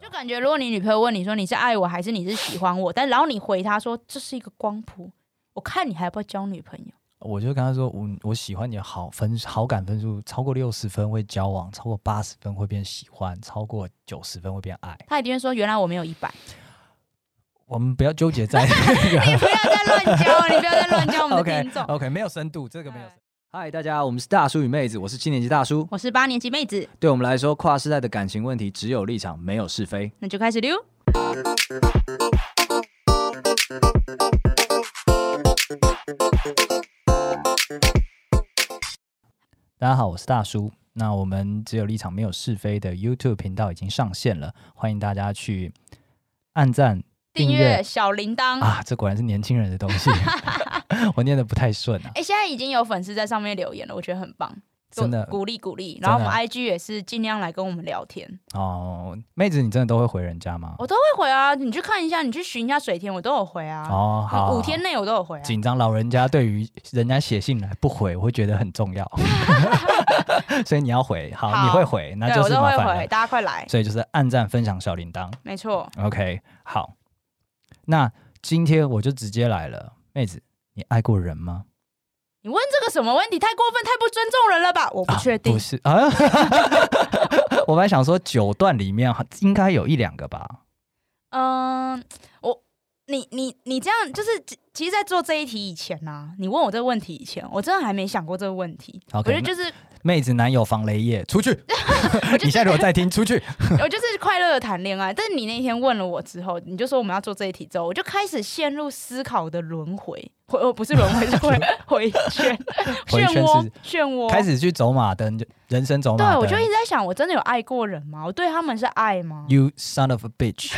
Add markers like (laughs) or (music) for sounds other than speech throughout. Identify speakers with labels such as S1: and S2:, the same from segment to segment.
S1: 啊
S2: 感觉如果你女朋友问你说你是爱我还是你是喜欢我，但然后你回她说这是一个光谱，我看你还要不要交女朋友？
S1: 我就跟他说，我我喜欢你的好分好感分数超过六十分会交往，超过八十分会变喜欢，超过九十分会变爱。
S2: 她一定会说原来我没有一
S1: (laughs)
S2: 百。
S1: 我们不要纠结
S2: (laughs)
S1: 在这
S2: 你
S1: 个。
S2: 不要再乱交，你不要再乱交我们的
S1: OK
S2: 听众。
S1: OK，没有深度，这个没有深度。嗨，大家，我们是大叔与妹子，我是七年级大叔。
S2: 我是八年级妹子，
S1: 对我们来说，跨世代的感情问题只有立场，没有是非。
S2: 那就开始溜。
S1: 大家好，我是大叔。那我们只有立场没有是非的 YouTube 频道已经上线了，欢迎大家去按赞、
S2: 订
S1: 订阅
S2: 阅小铃铛，哎、
S1: 啊！这果然是年轻人的东
S2: (laughs)
S1: 西，我念的不太顺啊。
S2: 现在已经有粉丝在上面留言了，我觉得很棒，
S1: 真的
S2: 鼓励鼓励。
S1: 真的
S2: 然后我们 IG 也是尽量来跟我们聊天，
S1: 哦，妹子，你真的都会回人家吗？
S2: 我都会回啊。你去看一下，你去寻一下水田，我都有回啊。
S1: 哦，好，
S2: 五天
S1: 好
S2: 内我都有回啊。
S1: 紧张，老人家对于人家写信来不回，我会觉得很重
S2: (laughs)
S1: 要，所以你要回，好，
S2: 好
S1: 你会回，那
S2: 对，
S1: 就
S2: 我
S1: 是
S2: 都
S1: 麻
S2: 会
S1: 烦
S2: 回，
S1: 了。
S2: 大家快来。
S1: 所以就是按赞、分享、小铃铛
S2: 没错，
S1: ，OK，好。那今天我就直接来了，妹子，你爱过人吗？
S2: 你问这个什么问题？太过分，太不尊重人了吧？我不确定
S1: 不。是啊， (laughs) 我本来想说九段里面应该有一两个吧。
S2: 嗯，我你你你这样就是，其其实，在做这一题以前呢、你问我这个问题以前，我真的还没想过这个问题。我
S1: OK，
S2: 觉得就是， (laughs)
S1: 妹子男友防雷夜，出去！
S2: 我就
S1: 你现在
S2: 是
S1: 如果在听，出去。
S2: 我就是快乐的谈恋爱。但是你那天问了我之后，你就说我们要做这一题之后，我就开始陷入思考的轮回，回哦不是轮回，是回 (laughs) 回圈
S1: (laughs) 回
S2: (laughs) 漩
S1: 圈
S2: 涡
S1: 是
S2: 漩涡。
S1: 开始去哦走马灯，人生走
S2: 对
S1: 马灯。，
S2: 我就一直在想，我真的有爱过人吗？我对他们是爱吗？
S1: You son of a
S2: (laughs)
S1: bitch！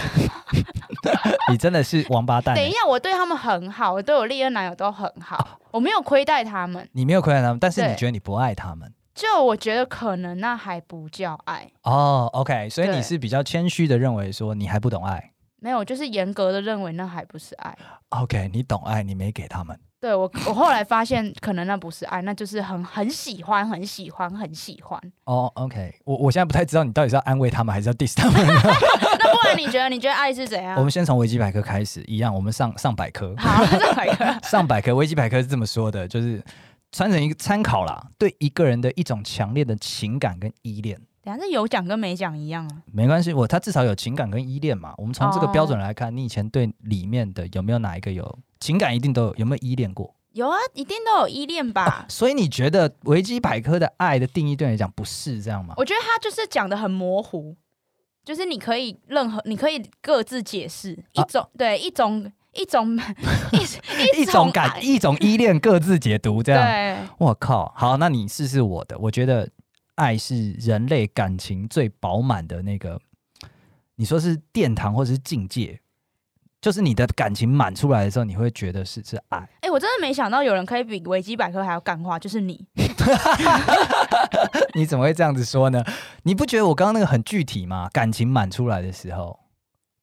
S1: 你真的是王八蛋欸！
S2: 等一下，我对他们很好，我对我历任男友都很好，我没有亏待他们。
S1: 你没有亏待他们，但是
S2: 对
S1: 你觉得你不爱他们
S2: 就我觉得可能那还不叫爱，
S1: 哦？OK，所以
S2: 对
S1: 你是比较谦虚的认为说你还不懂爱。
S2: 没有，就是严格的认为那还不是爱。
S1: OK，你懂爱，你没给他们。
S2: 对我，我后来发现可能那不是爱，那就是很很喜欢，很喜欢，很喜欢。
S1: 哦，OK，我我现在不太知道你到底是要安慰他们还是要 diss
S2: (laughs)
S1: 他们。
S2: 那不然你觉得，你觉得爱是怎样
S1: 我？们先从维基百科开始，一样，我们上上百科。
S2: 好， (laughs) 这来一个。
S1: 上百科，维基百科是这么说的，就是穿成一个参考啦，对一个人的一种强烈的情感跟依恋。
S2: 等一下这有讲跟没讲一样啊。
S1: 没关系，我他至少有情感跟依恋嘛。我们从这个标准来看，你以前对里面的有没有哪一个有情感，一定都有，有没有依恋过？
S2: 有啊，一定都有依恋吧？
S1: 所以你觉得维基百科的爱的定义对你来讲不是这样吗？
S2: 我觉得他就是讲的很模糊，就是你可以任何，你可以各自解释一种，
S1: 啊
S2: 对一种一
S1: (laughs)
S2: 种一
S1: 一种感，
S2: 爱
S1: 一种依恋，各自解读这样。
S2: 对。
S1: 我靠，好，那你试试我的，我觉得爱是人类感情最饱满的那个，你说是殿堂或者是境界，就是你的感情满出来的时候，你会觉得是是爱。 (laughs)
S2: 哎、我真的没想到有人可以比维基百科还要干话，就是你。
S1: 你怎么会这样子说呢？你不觉得我刚刚那个很具体吗？感情满出来的时候，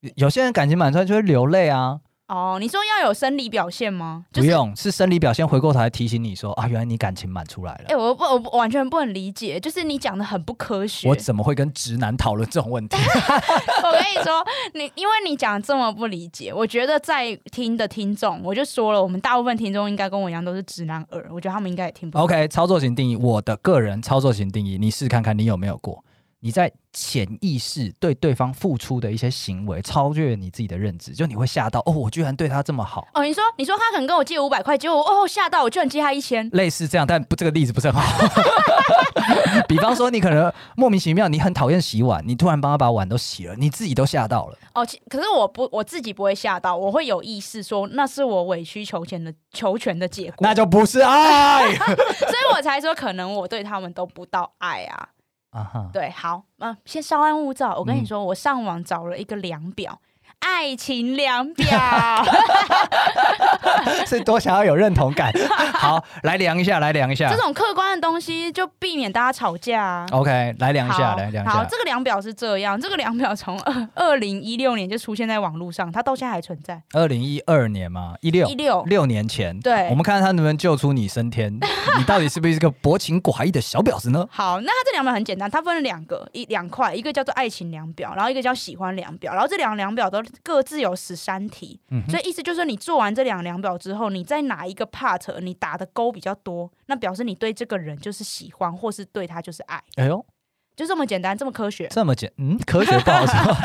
S1: 有有些人感情满出来就会流泪啊。
S2: 哦，你说要有生理表现吗？就
S1: 不
S2: 是，
S1: 用，是生理表现，回过头来提醒你说啊，原来你感情满出来了。
S2: 哎、我不，我不完全不能理解，就是你讲的很不科学。 (laughs)
S1: 我
S2: 我
S1: 怎么会跟直男讨论这种问题？
S2: 跟你说，你因为你讲这么不理解，我觉得在听的听众，我就说了，我们大部分听众应该跟我一样都是直男耳，我觉得他们应该也听不懂。
S1: OK，操作型定义，我的个人操作型定义，你试看看你有没有过？你在潜意识对对方付出的一些行为，超越你自己的认知，就你会吓到哦，我居然对他这么好，
S2: 哦，你说，你说他可能跟我借五百块，结果我哦吓到，我居然借他一千。
S1: 类似这样，但不这个例子不是很好。 (laughs) 比方说，你可能莫名其妙，你很讨厌洗碗，你突然帮他把碗都洗了，你自己都吓到了。
S2: 哦，其可是我不，我自己不会吓到，我会有意识说那是我委曲求全的求全的结果。
S1: 那就不是
S2: (laughs)
S1: 爱
S2: 所以我才说，可能我对他们都不到爱啊。
S1: (laughs) 啊哈！嗯
S2: 对，好，嗯、先稍安勿躁。我跟你说，我上网找了一个量表，爱情量表，
S1: (laughs) 是多想要有认同 (laughs) 感。好，来量一下，来量一下
S2: 这。种客观的东西就避免大家吵架啊。
S1: OK，来哦量一下，
S2: 好
S1: 来量一
S2: 好，
S1: 下。
S2: 这个量表是这样，这个量表从二二零一六年就出现在网络上，它到现在还存在。
S1: 二零一二年嘛，一六
S2: 一六，
S1: 六年前，
S2: 哦对
S1: 我们看看他能不能救出你
S2: (laughs)
S1: 升天。你到底是不是一个薄情寡义的小婊子呢？
S2: 好，那它这量表很简单，它分了两个一两块，一个叫做爱情量表，然后一个叫喜欢量表，然后这两个量表都各自有十三题，
S1: 嗯哼
S2: 所以意思就是说你做完这两个量表之后，你在哪一个 part 你打的勾比较多，那表示你对这个人就是喜欢，或是对他就是爱，
S1: 哎呦，
S2: 就这么简单，这么科学。
S1: 这么简，嗯，科学不好说。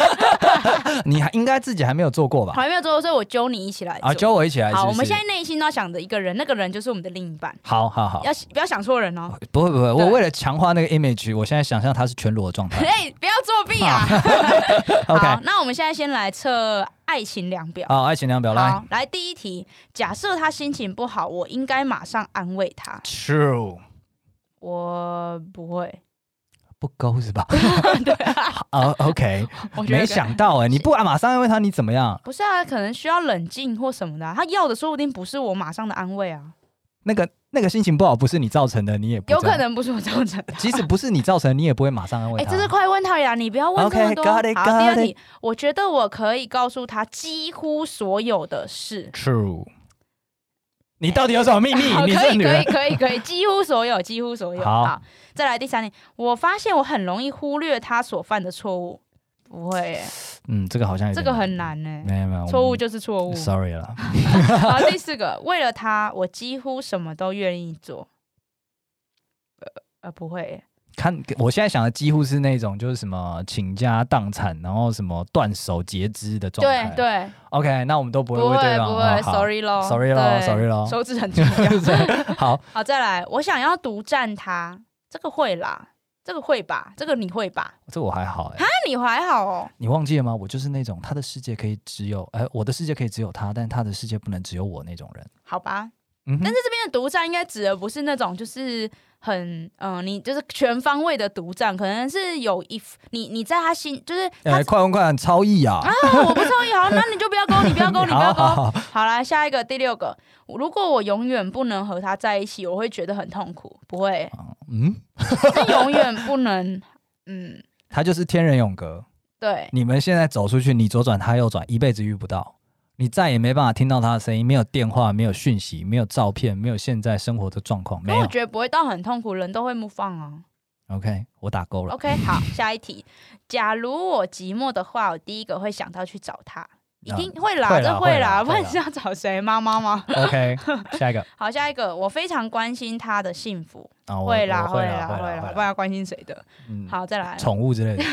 S2: (laughs)
S1: 你还应该自己还没有做过吧？
S2: 还没有做，所以我揪你一起来
S1: 啊，
S2: 做。
S1: 教我一起来。
S2: 好，
S1: 是不
S2: 我们
S1: 是
S2: 现在内心都要想着一个人，那个人就是我们的另一半，
S1: 好好好，
S2: 要不要想错人
S1: (laughs)
S2: 哦？
S1: 不会不
S2: 对
S1: 会，我为了强化那个 image，我现在想象他是全裸的
S2: (laughs)
S1: 状态。
S2: 哎、不要作弊啊！
S1: (laughs)
S2: 好
S1: OK，，
S2: 那我们现在先来测爱情量表。
S1: 好，爱情量表来
S2: 好，来第一题，假设他心情不好，我应该马上安慰他。
S1: ，True，
S2: 我不
S1: (laughs)
S2: 会，
S1: 不
S2: (laughs)
S1: 勾是吧？ (laughs) 啊，OK，
S2: 我觉得
S1: 没想到哎，你不马上安慰他，你怎么样？
S2: (laughs) 不是啊，可能需要冷静或什么的啊、他要的说不定不是我马上的安慰啊，那
S1: 那个那个心情不好不是你造成的，你也不
S2: 有可
S1: 知道。
S2: 能不是我造成的。
S1: 即使不是你造成，你也不会马上安
S2: 哎、
S1: 慰他。
S2: 这是快问快答，你不要问这么多。
S1: OK，got it，
S2: 好，第
S1: got
S2: 二
S1: it
S2: 题，我觉得我可以告诉他几乎所有的事。
S1: True。你到底有什么秘密？
S2: 哎好，
S1: 你
S2: 可
S1: 这
S2: 以，
S1: 女
S2: 可以，
S1: 人，
S2: 可以，可以，几乎所有，几乎所有。
S1: 好
S2: 再来第三点，我发现我很容易忽略他所犯的错误。不会耶、
S1: 嗯，这个好像有
S2: 这
S1: 点
S2: 个很难呢、
S1: 没有没有
S2: 错误
S1: 我
S2: 就是错误
S1: 们。Sorry 了，
S2: 然后第四个，为了他，我几乎什么都愿意做。呃呃，不会耶、
S1: 看我现在想的几乎是那种就是什么倾家荡产，然后什么断手截肢的状态。
S2: 对对，
S1: OK，那我们都不会
S2: 不
S1: 为对
S2: 会
S1: 方
S2: 不
S1: 哦
S2: 会
S1: 好
S2: ，sorry 咯
S1: Sorry 咯
S2: 对
S1: sorry 咯
S2: 手指很重
S1: (laughs)
S2: 要。
S1: 好，
S2: 好，再来，我想要独占他，这个会啦，这个会吧，这个你会吧？
S1: 这我还好哎、
S2: 那你还好哦。
S1: 你忘记了吗？我就是那种他的世界可以只有，哎、我的世界可以只有他，但他的世界不能只有我那种人。
S2: 好吧，
S1: 嗯哼
S2: 但是这边的独占应该指的不是那种就是很嗯、呃你就是全方位的独占，可能是有一你你在他心就是
S1: 哎、
S2: 他、
S1: 快问快答，超意啊！
S2: 啊，我不同意，好，那你就不要勾，你不要勾，你不要
S1: (laughs) 好
S2: 勾。
S1: 好好，
S2: 好来，下一个第六个，如果我永远不能和他在一起，我会觉得很痛苦，不会，
S1: 嗯，
S2: 是永远不能， (laughs) 嗯，
S1: 他就是天人永隔。
S2: 对，
S1: 你们现在走出去，你左转他右转，一辈子遇不到，你再也没办法听到他的声音，没有电话，没有讯息，没有照片，没有现在生活的状况，没
S2: 但我
S1: 有。
S2: 觉得不会到很痛苦，人都会 move on 啊。
S1: OK，我打勾了。
S2: OK，好，下一题。假如我寂寞的话，我第一个会想到去找他，一定会啦，
S1: 啊会啦
S2: 这
S1: 会啦
S2: 啦，不然
S1: 会啦
S2: 是要找谁？妈妈吗？ (laughs)
S1: OK，下一个
S2: 好，下一个，我非常关心他的幸福，
S1: 啊，我
S2: 会啦，
S1: 我会
S2: 啦，
S1: 会
S2: 啦，
S1: 会
S2: 不然要关心谁的？
S1: 嗯，
S2: 好，再来，
S1: 宠物之类的。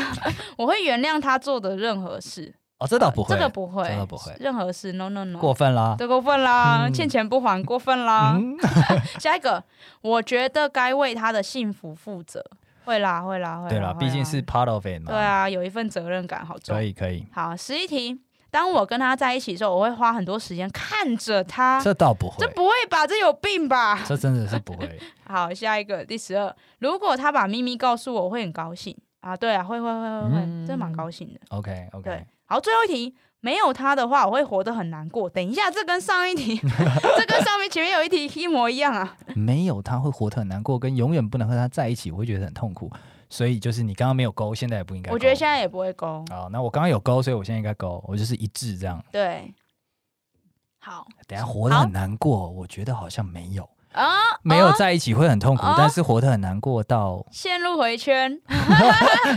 S2: 我会原谅他做的任何事，
S1: 哦，这倒不会，
S2: 呃这个不会，
S1: 这个不会
S2: 任何事，no no no，
S1: 过分啦。
S2: 对，过分啦，
S1: 嗯
S2: 欠钱不还，过分啦。
S1: 嗯，
S2: 下一个，我觉得该为他的幸福负责，会啦，会啦，会啦，
S1: 对了，
S2: 会
S1: 毕竟
S2: 啦
S1: 是 part of it 嘛。
S2: 对，啊，有一份责任感，好重
S1: 可以可以，
S2: 好，十一题，当我跟他在一起的时候，我会花很多时间看着他。
S1: 这倒不会
S2: 啊这，不会吧？这有病吧？
S1: 这真的是不会。
S2: 好，下一个第十二，如果他把秘密告诉我，我会很高兴啊。对啊，会会会会会，
S1: 嗯
S2: 真的蛮高兴的。
S1: OK
S2: 对
S1: OK，，
S2: 好，最后一题，没有他的话，我会活得很难过。等一下，这跟上一题， (laughs) 这跟上面前面有一题一模一样啊。
S1: 没有他会活得很难过，跟永远不能和他在一起，我会觉得很痛苦。所以就是你刚刚没有勾，现在也 (laughs) 不应该勾。
S2: 我觉得现在也不会勾。
S1: 好，那我刚刚有勾，所以我现在应该勾，我就是一致这样。
S2: 对，好
S1: 等一下活得很难过，我觉得好像没有，
S2: 啊，
S1: 没有
S2: 啊
S1: 在一起会很痛苦
S2: 哦，
S1: 但是活得很难过到 (laughs)
S2: 陷入回圈。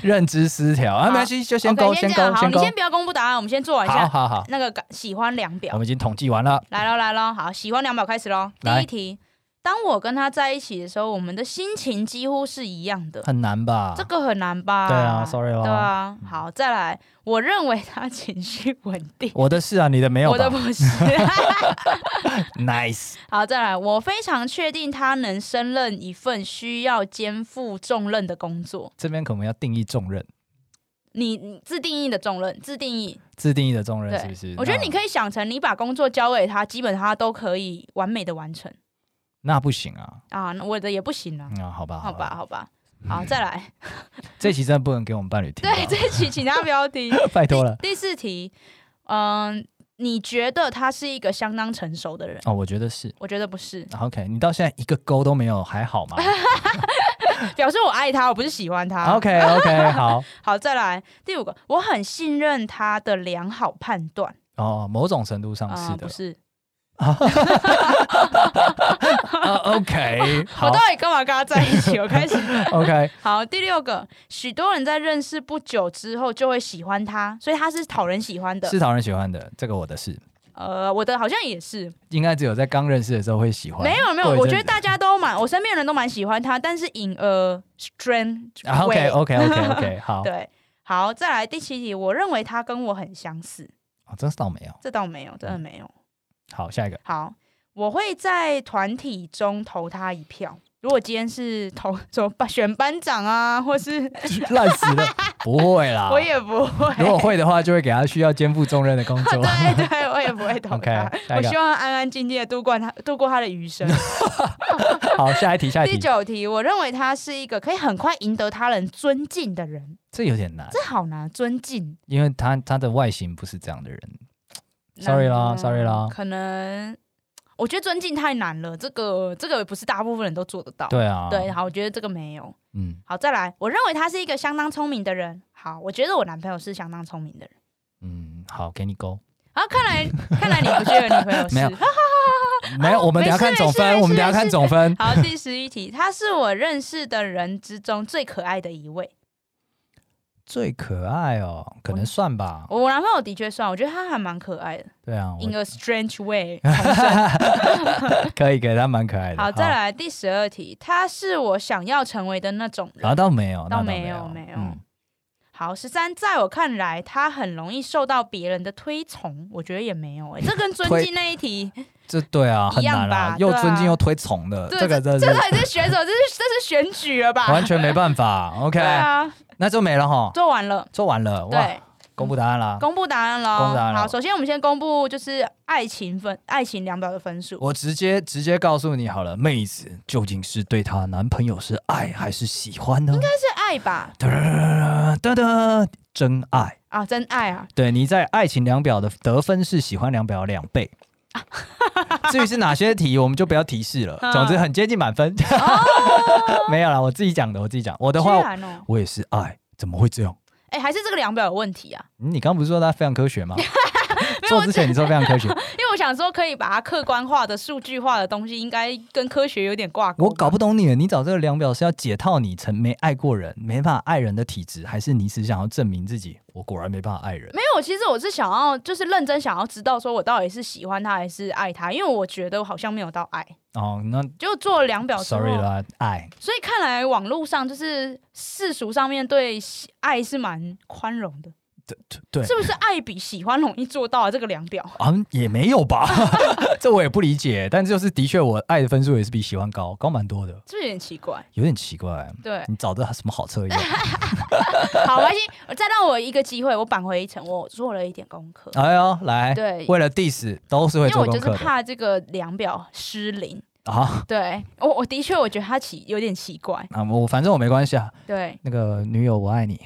S1: 认知失调啊，
S2: 好
S1: 没关系，就先勾，
S2: OK，先这样
S1: 勾，
S2: 好，
S1: 先
S2: 你
S1: 勾
S2: 先。不要公布答案，我们先做完一
S1: 好
S2: 下
S1: 好好，
S2: 那个感喜欢量表
S1: 我。们已经统计完了。
S2: 来喽来喽，好，喜欢两秒开始喽。第
S1: 来
S2: 一题，当我跟他在一起的时候，我们的心情几乎是一样的，
S1: 很难吧？
S2: 这个很难吧？
S1: 对啊，sorry 咯
S2: 对啊，好，再来，我认为他情绪稳定。
S1: 我的是啊，你的没有
S2: 我的
S1: 吧
S2: 不是，
S1: (laughs)
S2: (laughs)
S1: ？Nice，
S2: 好，再来。我非常确定他能胜任一份需要肩负重任的工作。
S1: 这边可能要定义重任，
S2: 你你自定义的重任，自定义。
S1: 自定义的重任
S2: 对，
S1: 是不是？
S2: 我觉得你
S1: 以，
S2: 可以想成，你把工作交给他，基本他都可以完美的完成
S1: 那不行啊，
S2: 啊。那我的也不行啊。
S1: 嗯啊，好吧，
S2: 好吧，
S1: 吧，嗯
S2: 好吧，好，再
S1: (laughs)
S2: 来。
S1: 这期真的不能给我们伴侣听到， (laughs)
S2: 对，这一题请他不要听。
S1: 拜托了。
S2: 第四题，嗯、你觉得他是一个相当成熟的人？
S1: 哦，我觉得是。
S2: 我觉得不
S1: (laughs)
S2: 是，
S1: OK，你到现在一个勾都没有，还
S2: (laughs)
S1: 好吗
S2: 表示我爱他，我不是喜欢他。
S1: ？OK OK，好。
S2: 好，再来第五个，我很信任他的良好判断。
S1: 哦，某种程度上
S2: 啊、
S1: 是的
S2: 不。是？(laughs)
S1: 啊 OK，
S2: 我
S1: 好
S2: 到底干嘛跟他在一起？我开始
S1: OK，
S2: 好，第六个，许多人在认识不久之后就会喜欢他，所以他是讨人喜欢 (laughs) 的。
S1: 是讨人喜欢的，这个我的是，
S2: 呃，我的好像也是，
S1: 应该只有在刚认识的时候会喜欢。
S2: 没有没有，
S1: 过一
S2: 我觉
S1: 阵
S2: 得大家都蛮，我身边的人都蛮喜欢他，但是 in a strange
S1: 啊
S2: way、
S1: OK OK OK
S2: (laughs)
S1: OK，好，
S2: 对，好，再来第七题，我认为他跟我很相似，
S1: 哦真是倒霉哦。
S2: 这倒没有，真的没有。
S1: 好，下一个， (laughs)
S2: 好，我会在团体中投他一票。如果今天是投什么班选班长啊，或是
S1: 烂死
S2: (laughs)
S1: 了，不会啦。
S2: 我也不
S1: 啊如果
S2: 会，
S1: 会的话，就会给他需要肩负重任的工作。
S2: (laughs) 对对，我也不会投
S1: OK，
S2: 他。
S1: 下
S2: 我
S1: 一
S2: 希
S1: 个，
S2: 望安安静静的度过他度过他的余
S1: (laughs)
S2: 生。
S1: (laughs) 好，下一题，下一
S2: 第
S1: 题，
S2: 九题，我认为他是一个可以很快赢得他人尊敬的人，
S1: 这有点难，
S2: 这好难，尊敬。
S1: 因为他他的外形不是这样的人。Sorry 啦
S2: 嗯
S1: ，Sorry 啦，
S2: 可能我觉得尊敬太难了，这个这个不是大部分人都做得到。
S1: 对啊，
S2: 对，，好，我觉得这个没有。
S1: 嗯
S2: 好，再来，我认为他是一个相当聪明的人。好，我觉得我男朋友是相当聪明的人。
S1: 嗯，好，给你
S2: (laughs)
S1: 勾。
S2: 啊，看来看来你不觉得女朋友是
S1: (laughs) 没有？没有，我们等一下看总
S2: 哦没
S1: 分，
S2: 事
S1: 我们等一下看总
S2: (laughs)
S1: 分。
S2: 好，第十一题，他是我认识的人之中最可爱的一位。
S1: 最可爱哦，可能算吧。
S2: 我男朋友的确算，我觉得他还蛮可爱的
S1: 对啊，
S2: ，in
S1: 我
S2: a strange
S1: (laughs)
S2: way 重生。
S1: 可以给他蛮可爱的。
S2: 好，再。来第十二题，他是我想要成为的那种人。
S1: 然后倒没有，
S2: 倒
S1: 那倒
S2: 没有
S1: 有，
S2: 没有
S1: 嗯
S2: 好，十三，在我看来，他很容易受到别人的推崇，我觉得也没有哎、这跟尊
S1: 推
S2: 敬那一题， (laughs)
S1: 这对啊，
S2: 一
S1: 很
S2: 样
S1: 难
S2: 吧
S1: 啦，又
S2: 对啊
S1: 尊敬又推崇的，
S2: 对
S1: 这个真
S2: 这
S1: 的是
S2: 到底是选手，这是这是选举了吧？
S1: 完全没办
S2: (laughs)
S1: 法。OK，
S2: 对啊，
S1: 那就没了哈，
S2: 做完了，
S1: 做完了，哇，
S2: 对，嗯
S1: 公布答案啦。
S2: 公布答案了。
S1: 公布答案咯
S2: 好，首先我们先公布就是爱情分爱情量表的分数。
S1: 我直接直接告诉你好了，妹子究竟是对她男朋友是爱还是喜欢呢？应该
S2: 这是爱吧？
S1: 哒哒哒，真爱。
S2: 啊，真爱啊！
S1: 对，你在爱情量表的得分是喜欢量表两倍。至于是哪些题，我们就不要提示了。总之很接近满分。 (laughs) 没有啦，我自己讲的，我自己讲。我的
S2: 居
S1: 话，
S2: 然哦，
S1: 我也是爱，怎么会这样？
S2: 哎、还是这个量表有问题啊？
S1: 嗯你刚不是说它非常科学吗？
S2: 没有，
S1: 做
S2: 我
S1: 之前你说非常科学，
S2: 因为我想说可以把它客观化的、数据化的东西，应该跟科学有点挂钩吧。
S1: 我搞不懂你了。你找这个量表是要解套你曾没爱过人、没办法爱人的体质，还是你只想要证明自己？我果然没办法爱人。
S2: 没有，其实我是想要，就是认真想要知道，说我到底是喜欢他还是爱他，因为我觉得我好像没有到爱，
S1: 哦，那
S2: 就做了量表之后
S1: sorry 啦，哎爱
S2: 所以看来网络上就是世俗上面对喜爱是蛮宽容的，
S1: 对
S2: 是不是爱比喜欢容易做到啊？这个量 (laughs) 表，
S1: 啊、也没有吧， (laughs) 这我也不理解。但就是的确，我爱的分数也是比喜欢高，高蛮多的，
S2: 是不是有点奇怪？
S1: 有点奇怪。，
S2: 对
S1: 你找的什么好
S2: (laughs)
S1: 测验？
S2: 好，没关系，我再让我一个机会，我扳回一城，我做了一点功课。
S1: 哎呦，来，
S2: 对，
S1: 为了 diss 都是
S2: 因
S1: 会
S2: 为
S1: 做
S2: 我
S1: 功
S2: 就是
S1: 课的
S2: 怕这个量表失
S1: (laughs)
S2: 灵。
S1: 啊。
S2: 对，我我的确我觉得它奇有点奇怪。
S1: 啊，我反正我没关系啊。
S2: 对，
S1: 那个女友，我
S2: (laughs)
S1: 爱你，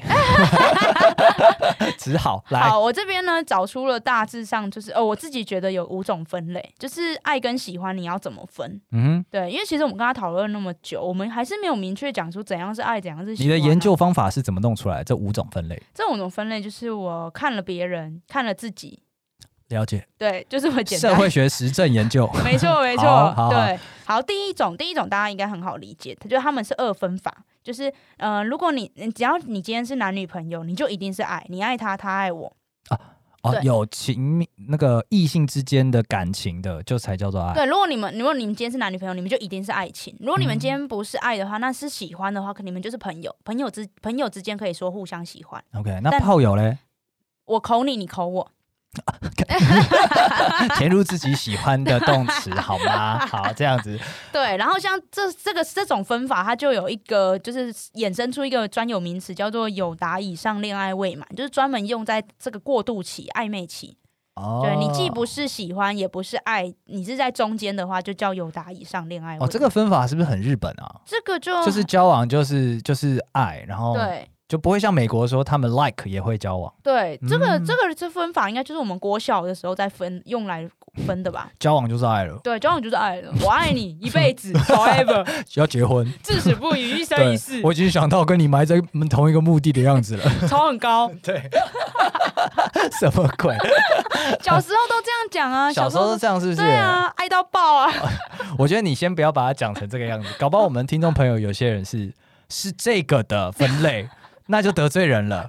S1: 只好来。
S2: 好，我这边呢找出了大致上就是哦，我自己觉得有五种分类，就是爱跟喜欢你要怎么分？
S1: 嗯哼，
S2: 对，因为其实我们跟他讨论那么久，我们还是没有明确讲出怎样是爱，怎样是喜欢。啊
S1: 你的研，究方法是怎么弄出来这五种分类？
S2: 这五种分类就是我看了别人，看了自己，
S1: 了解
S2: 对，就这么简单。
S1: 社会学实证研
S2: (laughs)
S1: 究。
S2: 没错，没错
S1: (laughs) 好好，好
S2: 对。好，第一种，第一种大家应该很好理解，它就是他们是二分法，就是呃，如果你只要你今天是男女朋友，你就一定是爱，你爱他，他爱我，
S1: 哦
S2: 对，
S1: 有情那个异性之间的感情的，就才叫做爱。
S2: 对，如果你们如果你们今天是男女朋友，你们就一定是爱情；如果你们
S1: 嗯
S2: 今天不是爱的话，那是喜欢的话，可你们就是朋友。朋友之朋友之间可以说互相喜欢，
S1: OK，那
S2: 但
S1: 炮友嘞？
S2: 我口你，你口我。 (laughs)
S1: 填入自己喜欢的动词，好吗？ (laughs) 好，这样子
S2: 对，然后像这这个这种分法，它就有一个就是衍生出一个专有名词，叫做有达以上恋爱未满，就是专门用在这个过渡期、暧昧期。
S1: 哦
S2: (laughs) 对你既不是喜欢，也不是爱，你是在中间的话，就叫有达以上恋爱
S1: 哦
S2: 未满。
S1: 哦，这个分法是不是很日本啊？
S2: 这个就
S1: 就是交往就是就是爱，然后
S2: (laughs) 对。
S1: 就不会像美国说他们 like 也会交往，
S2: 对，这个、
S1: 嗯
S2: 这个这分法应该就是我们国小的时候在分用来分的吧？
S1: 交往就是爱了， (laughs)
S2: 对，交往就是爱了，我爱你一辈子，forever，
S1: 要结婚。
S2: 至死不渝，一生
S1: 对
S2: 一世，，
S1: 我已经想到跟你埋在同一个墓地的样子了。
S2: (laughs) 超很高。
S1: 对， (laughs) 什么鬼？
S2: 小时候都这样讲啊，
S1: 小时候是这样，是不是？
S2: 对啊，爱到爆啊！
S1: 我觉得你先不要把它讲成这个样子，搞不好我们听众朋友有些人是是这个的分类，那就得罪人
S2: (laughs)
S1: 了，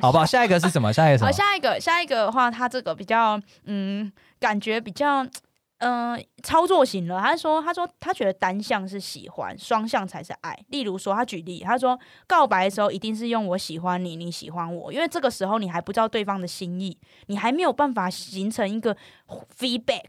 S1: 好不好？下一个是什么？下一个
S2: 好，
S1: 是什么？
S2: 下一个，下一个的话，他这个比较，嗯，感觉比较，嗯、操作型了。他说，他说他觉得单向是喜欢，双向才是爱。例如说，他举例，他说告白的时候一定是用我喜欢你，你喜欢我，因为这个时候你还不知道对方的心意，你还没有办法形成一个 feedback。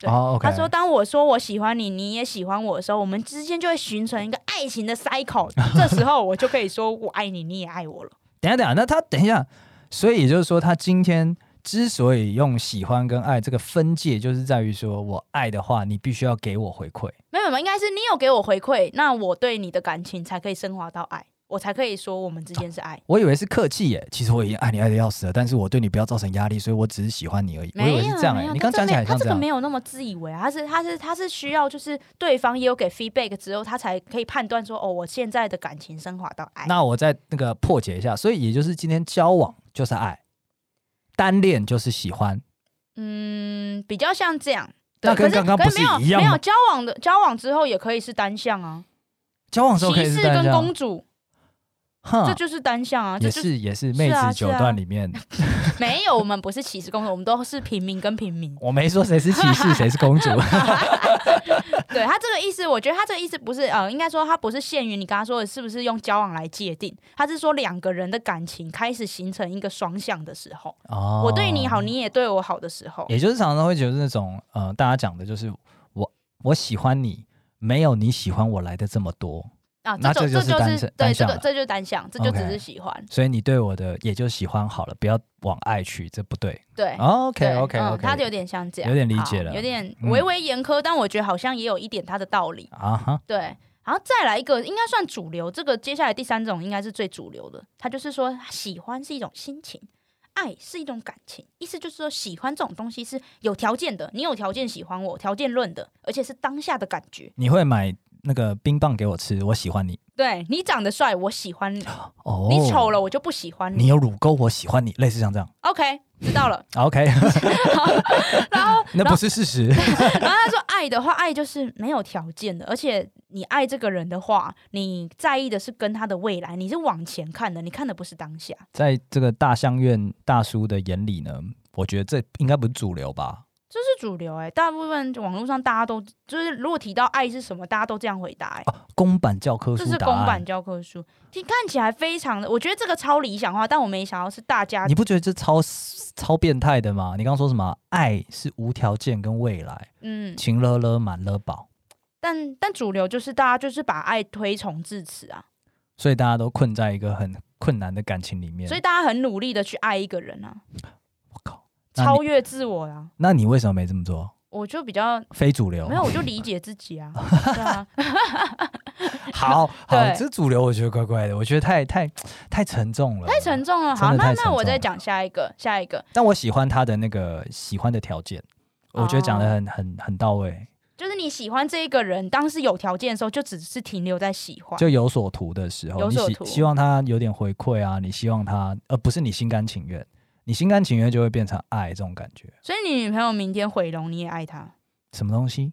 S2: 对
S1: 哦，OK
S2: 他说：“当我说我喜欢你，你也喜欢我的时候，我们之间就会形成一个爱情的 cycle。这时候我就可以说我爱你，你也爱我了。
S1: 等一下，等一下，那他等一下，所以也就是说，他今天之所以用喜欢跟爱这个分界，就是在于说我爱的话，你必须要给我回馈。
S2: 没有，没有，应该是你有给我回馈，那我对你的感情才可以升华到爱，我才可以说我们之间是爱。
S1: 我以为是客气耶，其实我已经啊爱你爱的要死了，但是我对你不要造成压力，所以我只是喜欢你而已。我以
S2: 没有，啊
S1: 为是这样
S2: 没
S1: 哎
S2: 有，
S1: 你刚讲起来
S2: 他
S1: 像
S2: 这
S1: 这
S2: 个
S1: 样
S2: 没。有那么自以为啊，他是他是他是需要就是对方也有给 feedback 之后，他才可以判断说哦，我现在的感情升华到爱。
S1: 那我再那个破解一下，所以也就是今天交往就是爱，单恋就是喜欢，
S2: 嗯，比较像这样。对
S1: 那跟
S2: 可是
S1: 刚刚
S2: 可
S1: 不
S2: 没
S1: 是
S2: 有
S1: 一样
S2: 没有
S1: 吗
S2: 交往的交往之后也可以是单向啊，
S1: 交往的时候可
S2: 骑
S1: 以是
S2: 士
S1: 单
S2: 跟
S1: 向
S2: 公，主
S1: 哼
S2: 这就是单向啊，这
S1: 也
S2: 就是
S1: 是也是
S2: 是
S1: 妹
S2: 啊是
S1: 子九
S2: 啊
S1: 段里面，
S2: 没有我们不是骑士公主，我们都是平民跟平民。
S1: 我没说谁是骑
S2: (laughs)
S1: 士谁是公主，
S2: 对他这个意思，我觉得他这个意思不是呃，应该说他不是限于你刚刚说的是不是用交往来界定，他是说两个人的感情开始形成一个双向的时候，
S1: 哦
S2: 我对你好，，你也对我好的时候，
S1: 也就是常常会觉得那种呃，大家讲的就是我我喜欢你，没有你喜欢我来的这么多，
S2: 啊，
S1: 那
S2: 这
S1: 这
S2: 就
S1: 就是
S2: 这
S1: 单
S2: 是
S1: 向
S2: 对
S1: 单
S2: 这
S1: 向
S2: 个
S1: 了
S2: 这就是单向，这就只
S1: OK
S2: 是喜欢，
S1: 所以你对我的也就喜欢好了，不要往爱去，这不对。啊
S2: 对。
S1: OK
S2: 对
S1: OK
S2: 嗯，他
S1: OK，
S2: 有点像这样，
S1: 有点理
S2: 好
S1: 解了
S2: 有点
S1: 嗯
S2: 微微严苛，但我觉得好像也有一点他的道理。
S1: 啊哈，
S2: 对，然后再来一个，应该算主流。这个接下来第三种应该是最主流的，它就是说喜欢是一种心情，爱是一种感情，意思就是说喜欢这种东西是有条件的，你有条件喜欢我，条件论的，而且是当下的感觉。
S1: 你会买那个冰棒给我吃，我喜欢你。
S2: 对你长得帅，我喜欢你；
S1: 哦，
S2: 你丑了，我就不喜欢
S1: 你
S2: 你。
S1: 有乳沟，我喜欢你，类似像这样。啊
S2: OK，知道了。 (laughs)
S1: OK，
S2: 然后，
S1: (laughs) 那
S2: 然
S1: 不
S2: 后，
S1: 是事
S2: (laughs)
S1: 实。
S2: 然后他说爱的话，爱就是没有条件的，而且你爱这个人的话，你在意的是跟他的未来，你是往前看的，你看的不是当下。
S1: 在这个大相院大叔的眼里呢，我觉得这应该不是主流吧？
S2: 这是主流哎、大部分网络上大家都就是，如果提到爱是什么，大家都这样回答哎、
S1: 啊，公版教科
S2: 这
S1: 书
S2: 是
S1: 答
S2: 公
S1: 案。
S2: 版教科书，其实看起来非常的，我觉得这个超理想化，但我没想到是大家
S1: 你不觉得这超超变态的吗？你刚刚说什么？爱是无条件跟未来，
S2: 嗯，
S1: 情了了满了宝，
S2: 但但主流就是大家就是把爱推崇至此啊，
S1: 所以大家都困在一个很困难的感情里面。
S2: 所以大家很努力的去爱一个人啊，
S1: 我靠，那
S2: 超
S1: 你
S2: 越自我啊，
S1: 那你为什么没这么做？
S2: 我就比较
S1: 非主流
S2: 没有，我就理解自己啊， (laughs) 对啊， (laughs)
S1: 好好，
S2: 对
S1: 这主流我觉得怪怪的，我觉得太太太沉重了，
S2: 太沉。重了。
S1: 真
S2: 好，
S1: 的
S2: 那
S1: 太沉
S2: 那我
S1: 重
S2: 再
S1: 了
S2: 讲下一个，下一个
S1: 但我喜欢他的那个喜欢的条件，我觉得讲的
S2: 哦
S1: 很很很到位，
S2: 就是你喜欢这一个人，当时有条件的时候，就只是停留在喜欢。
S1: 就有所图的时候，
S2: 有
S1: 你
S2: 所
S1: 希
S2: 图
S1: 希望他有点回馈啊，你希望他呃不是你心甘情愿，你心甘情愿就会变成爱这种感觉，
S2: 所以你女朋友明天毁容，你也爱她？
S1: 什么
S2: (laughs)
S1: 东西？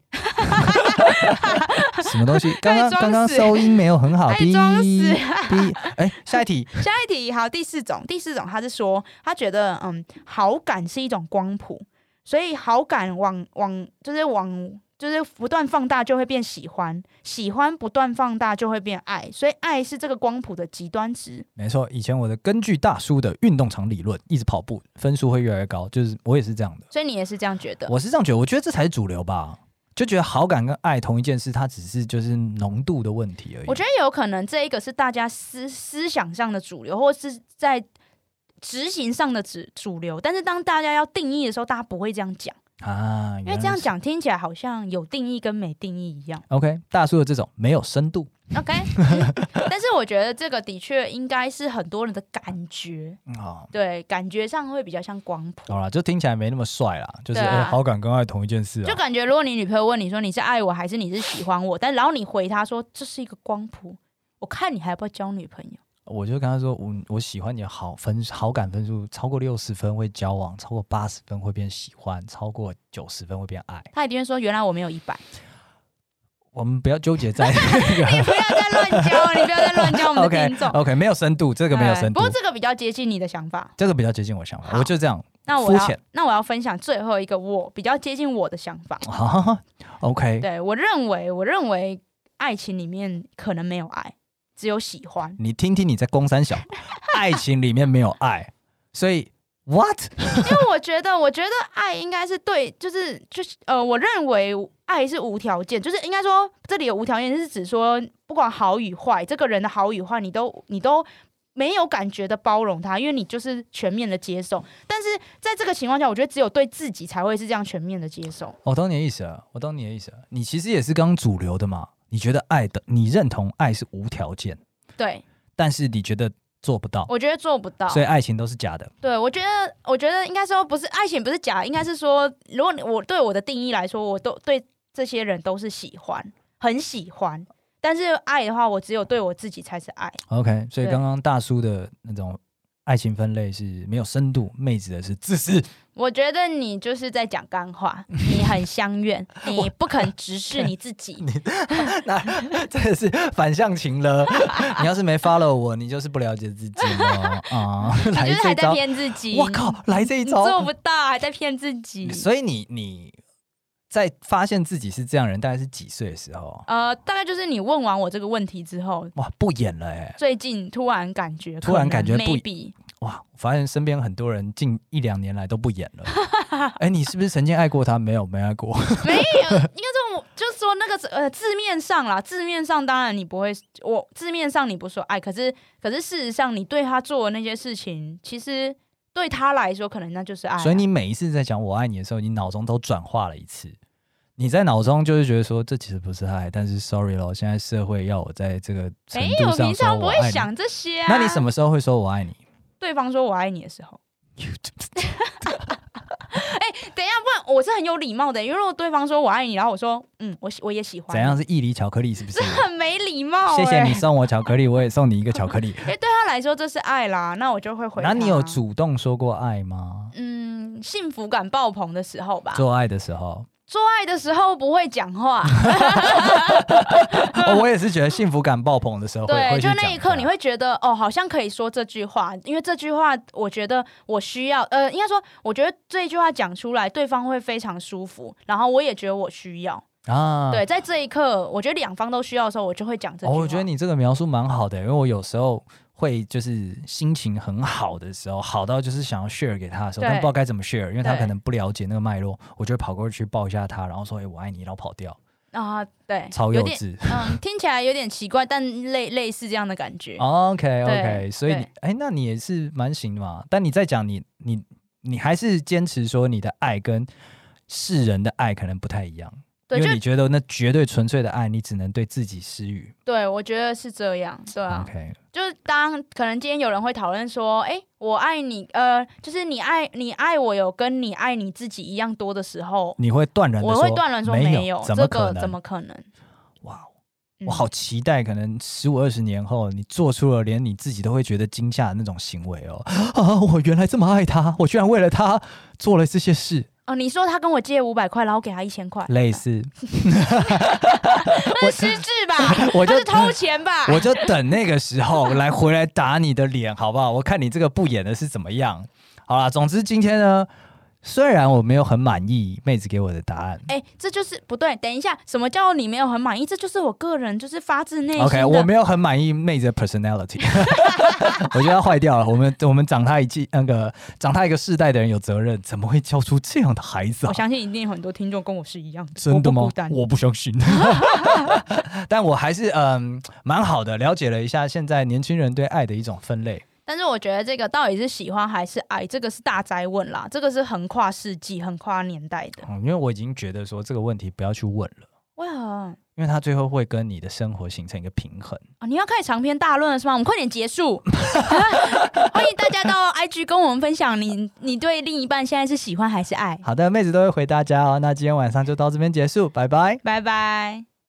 S1: 什么东西？刚刚
S2: 装
S1: 刚刚
S2: 死
S1: 收音没有很好，
S2: 爱
S1: 第
S2: 装
S1: 一
S2: 死
S1: 第一，哎，下一题，
S2: 下一题，好，第四种，第四种，他是说他觉得，嗯，好感是一种光谱，所以好感往往就是往就是不断放大就会变喜欢，喜欢不断放大就会变爱，所以爱是这个光谱的极端值。
S1: 没错，以前我的根据大叔的运动场理论，一直跑步分数会越来越高，就是我也是这样的。
S2: 所以你也是这样觉得？
S1: 我是这样觉得，我觉得这才是主流吧，就觉得好感跟爱同一件事，它只是就是浓度的问题而已。
S2: 我觉得有可能这一个是大家思思想上的主流，或是在执行上的主主流，但是当大家要定义的时候，大家不会这样讲。
S1: 啊，因
S2: 因为这样讲听起来好像有定义跟没定义一样。
S1: ，OK，大叔的这种没有深度
S2: (laughs) OK，嗯但是我觉得这个的确应该是很多人的感觉，
S1: 啊、嗯好
S2: 对，感觉上会比较像光谱。
S1: 好啦，就听起来没那么帅啦，就是、
S2: 对啊
S1: 哎好感跟爱同一件事
S2: 就
S1: 啊，
S2: 感觉，如果你女朋友问你说你是爱我还是你是喜欢我，但然后你回她说这是一个光谱，我看你还要不要交女朋友？
S1: 我就跟他说嗯我我喜欢你的好分好感分数超过六十分会交往，超过八十分会变喜欢，超过九十分会变爱。
S2: 她一定会说原来我没有一 (laughs) 百。
S1: 我们不要纠
S2: (laughs)
S1: 结在那个
S2: 你不要再乱教，你不要再乱教我 (laughs) 们的
S1: OK
S2: 听众。
S1: OK，没有深度，这个没有深
S2: 哎不
S1: 度，
S2: 过哦这个比较接近你的想法。
S1: 这个比较接近我想法，
S2: 好
S1: 我就这样。
S2: 那我要
S1: 肤浅
S2: 那我要分享最后一个我比较接近我的想法。
S1: OK，
S2: 对我认为，我认为爱情里面可能没有爱，只有喜
S1: (laughs)
S2: 欢。
S1: 你听听你在公三小，爱情里面没有爱，所以 what
S2: 因为我觉得，我觉得爱应该是对，就是就是呃，我认为爱是无条件，就是应该说这里的无条件是指说，不管好与坏，这个人的好与坏，你都你都。没有感觉的包容他，因为你就是全面的接受。但是在这个情况下，我觉得只有对自己才会是这样全面的接受。
S1: 我懂你的意思了，我懂你的意思了。你其实也是刚主流的嘛，你觉得爱的，你认同爱是无条件，
S2: 对，
S1: 但是你觉得做不到，
S2: 我觉得做不到。
S1: 所以爱情都是假的。
S2: 对，我觉得，我觉得应该说不是爱情，不是假，应该是说，如果你我对我的定义来说，我都对这些人都是喜欢，很喜欢。但是爱的话，我只有对我自己才是爱。
S1: OK，所以
S2: 对
S1: 刚刚大叔的那种爱情分类是没有深度，妹子的是
S2: (laughs)
S1: 自私。
S2: 我觉得你就是在讲干话，你很相怨，你不肯直视你自
S1: (laughs)
S2: 己。
S1: 那真的是反向情了。 (laughs) 你要是没 follow 我，你就是不了解自己了啊！
S2: (laughs) 你
S1: 来
S2: 就是
S1: 这
S2: 还在
S1: 一招，
S2: 骗自己。
S1: (laughs) 我靠，来这一
S2: 你做
S1: 招，
S2: 不到，还在骗自己。
S1: 所以你你在发现自己是这样人，大概是几岁的时候？
S2: 呃，大概就是你问完我这个问题之后，
S1: 哇，不演了哎、
S2: 最近突然感觉可能，
S1: 突然感觉不
S2: maybe
S1: 哇，我发现身边很多人近一两年来都不演
S2: (laughs)
S1: 了。哎、你是不是曾经爱过他？没有，没爱过。
S2: (laughs) 没有，应该说我就是说那个呃字面上啦，字面上当然你不会，我字面上你不说爱，可是可是事实上你对他做的那些事情，其实对他来说可能那就是爱啊、
S1: 所以你每一次在讲“我爱你”的时候，你脑中都转化了一次。你在脑中就是觉得说，这其实不是爱，但是 sorry 咯，现在社会要我在这个程
S2: 没有，
S1: 度
S2: 我平
S1: 上
S2: 常
S1: 说
S2: 不
S1: 我
S2: 会
S1: 爱你。
S2: 想这些啊。
S1: 那你什么时候会说我爱你？
S2: 对方说我爱你的
S1: (laughs)
S2: 时候？哎等一下，不然我是很有礼貌的，因为如果对方说我爱你，然后我说嗯，我喜我也喜欢，
S1: 怎样？是一粒巧克力？
S2: (laughs)
S1: 是不是
S2: 这？很没礼貌、欸。
S1: 谢谢你送我巧克力，我也送你一个巧克力。
S2: 因为对他来说这是爱啦，那我就会 (laughs) 回他。
S1: 那你有主动说过爱吗？
S2: 嗯幸福感爆棚的时候吧？
S1: 做爱的时候，
S2: 做爱的时候不会讲
S1: (laughs)
S2: 话，
S1: 哦我也是觉得幸福感爆棚的时候会，
S2: 对，
S1: 会去
S2: 就那
S1: 讲啊
S2: 一刻
S1: 下
S2: 你会觉得哦，好像可以说这句话，因为这句话呃我觉得我需要，呃，应该说我觉得这句话讲出来，对方会非常舒服，然后我也觉得我需要，
S1: 啊，
S2: 对，在这一刻，我觉得两方都需要的时候，我就会讲这句
S1: 哦，
S2: 话。
S1: 我觉得你这个描述蛮好的，因为我有时候会就是心情很好的时候，好到就是想要 share 给他的时候，
S2: 对
S1: 但不知道该怎么 share，因为他
S2: 对
S1: 可能不了解那个脉络，我就会跑过去抱一下他，然后说：“哎、我爱你。”然后跑掉，
S2: 啊，对，
S1: 超
S2: 有
S1: 幼
S2: 点，
S1: 稚。
S2: 嗯，听起来有点奇怪，但类类似这样的感觉。
S1: 哦 OK
S2: 对
S1: OK，所以你
S2: 对
S1: 哎，那你也是蛮行的嘛。但你在讲你你你还是坚持说你的爱跟世人的爱可能不太一样，因
S2: 对，就
S1: 为你觉得那绝对纯粹的爱，你只能对自己施予。
S2: 对，我觉得是这样，对啊。
S1: OK，
S2: 就是当可能今天有人会讨论说，哎、我爱你，呃，就是你爱你爱我有跟你爱你自己一样多的时候，
S1: 你会断然的
S2: 我会断然说
S1: 没
S2: 有，
S1: 怎
S2: 这
S1: 么
S2: 个
S1: 可
S2: 怎
S1: 能？
S2: 么可能？
S1: 哇！哦
S2: 嗯
S1: 我好期待，可能十五二十年后，你做出了连你自己都会觉得惊吓的那种行为哦。 (laughs) 啊，我原来这么爱他，我居然为了他做了这些事，
S2: 哦，你说他跟我借五百块，然后给他一千块，
S1: 类似。
S2: 那是失智吧？
S1: (laughs) 我
S2: 啊他
S1: 就是
S2: 偷钱吧？
S1: 我就等那个时候来回来打你的脸，好不好？我看你这个不演的是怎么样。好啦，总之今天呢，虽然我没有很满意妹子给我的答案。
S2: 哎、这就是不对。等一下，什么叫你没有很满意？这就是我个人，就是发自内心的。
S1: OK，我没有很满意妹子的 personality，我觉得她坏掉了。我们我们长她一季那个长她一个世代的人有责任，怎么会教出这样的孩子啊
S2: 我？相信一定有很多听众跟我是一样的，
S1: 真的
S2: 我
S1: 吗
S2: 不孤？单
S1: 我不相信， (laughs) 但我还是嗯蛮好的，了解了一下现在年轻人对爱的一种分类。
S2: 但是我觉得这个到底是喜欢还是爱，这个是大灾问啦，这个是横跨世纪、横跨年代的。
S1: 嗯，因为我已经觉得说这个问题不要去问了，
S2: 哇啊、
S1: 因为它最后会跟你的生活形成一个平衡。
S2: 你要开始长篇大论了是吗？我们快点结束。 (laughs) 欢迎大家到 IG 跟我们分享你你对另一半现在是喜欢还是爱。
S1: 好的，妹子都会回大家哦。那今天晚上就到这边结束，拜拜。
S2: 拜拜。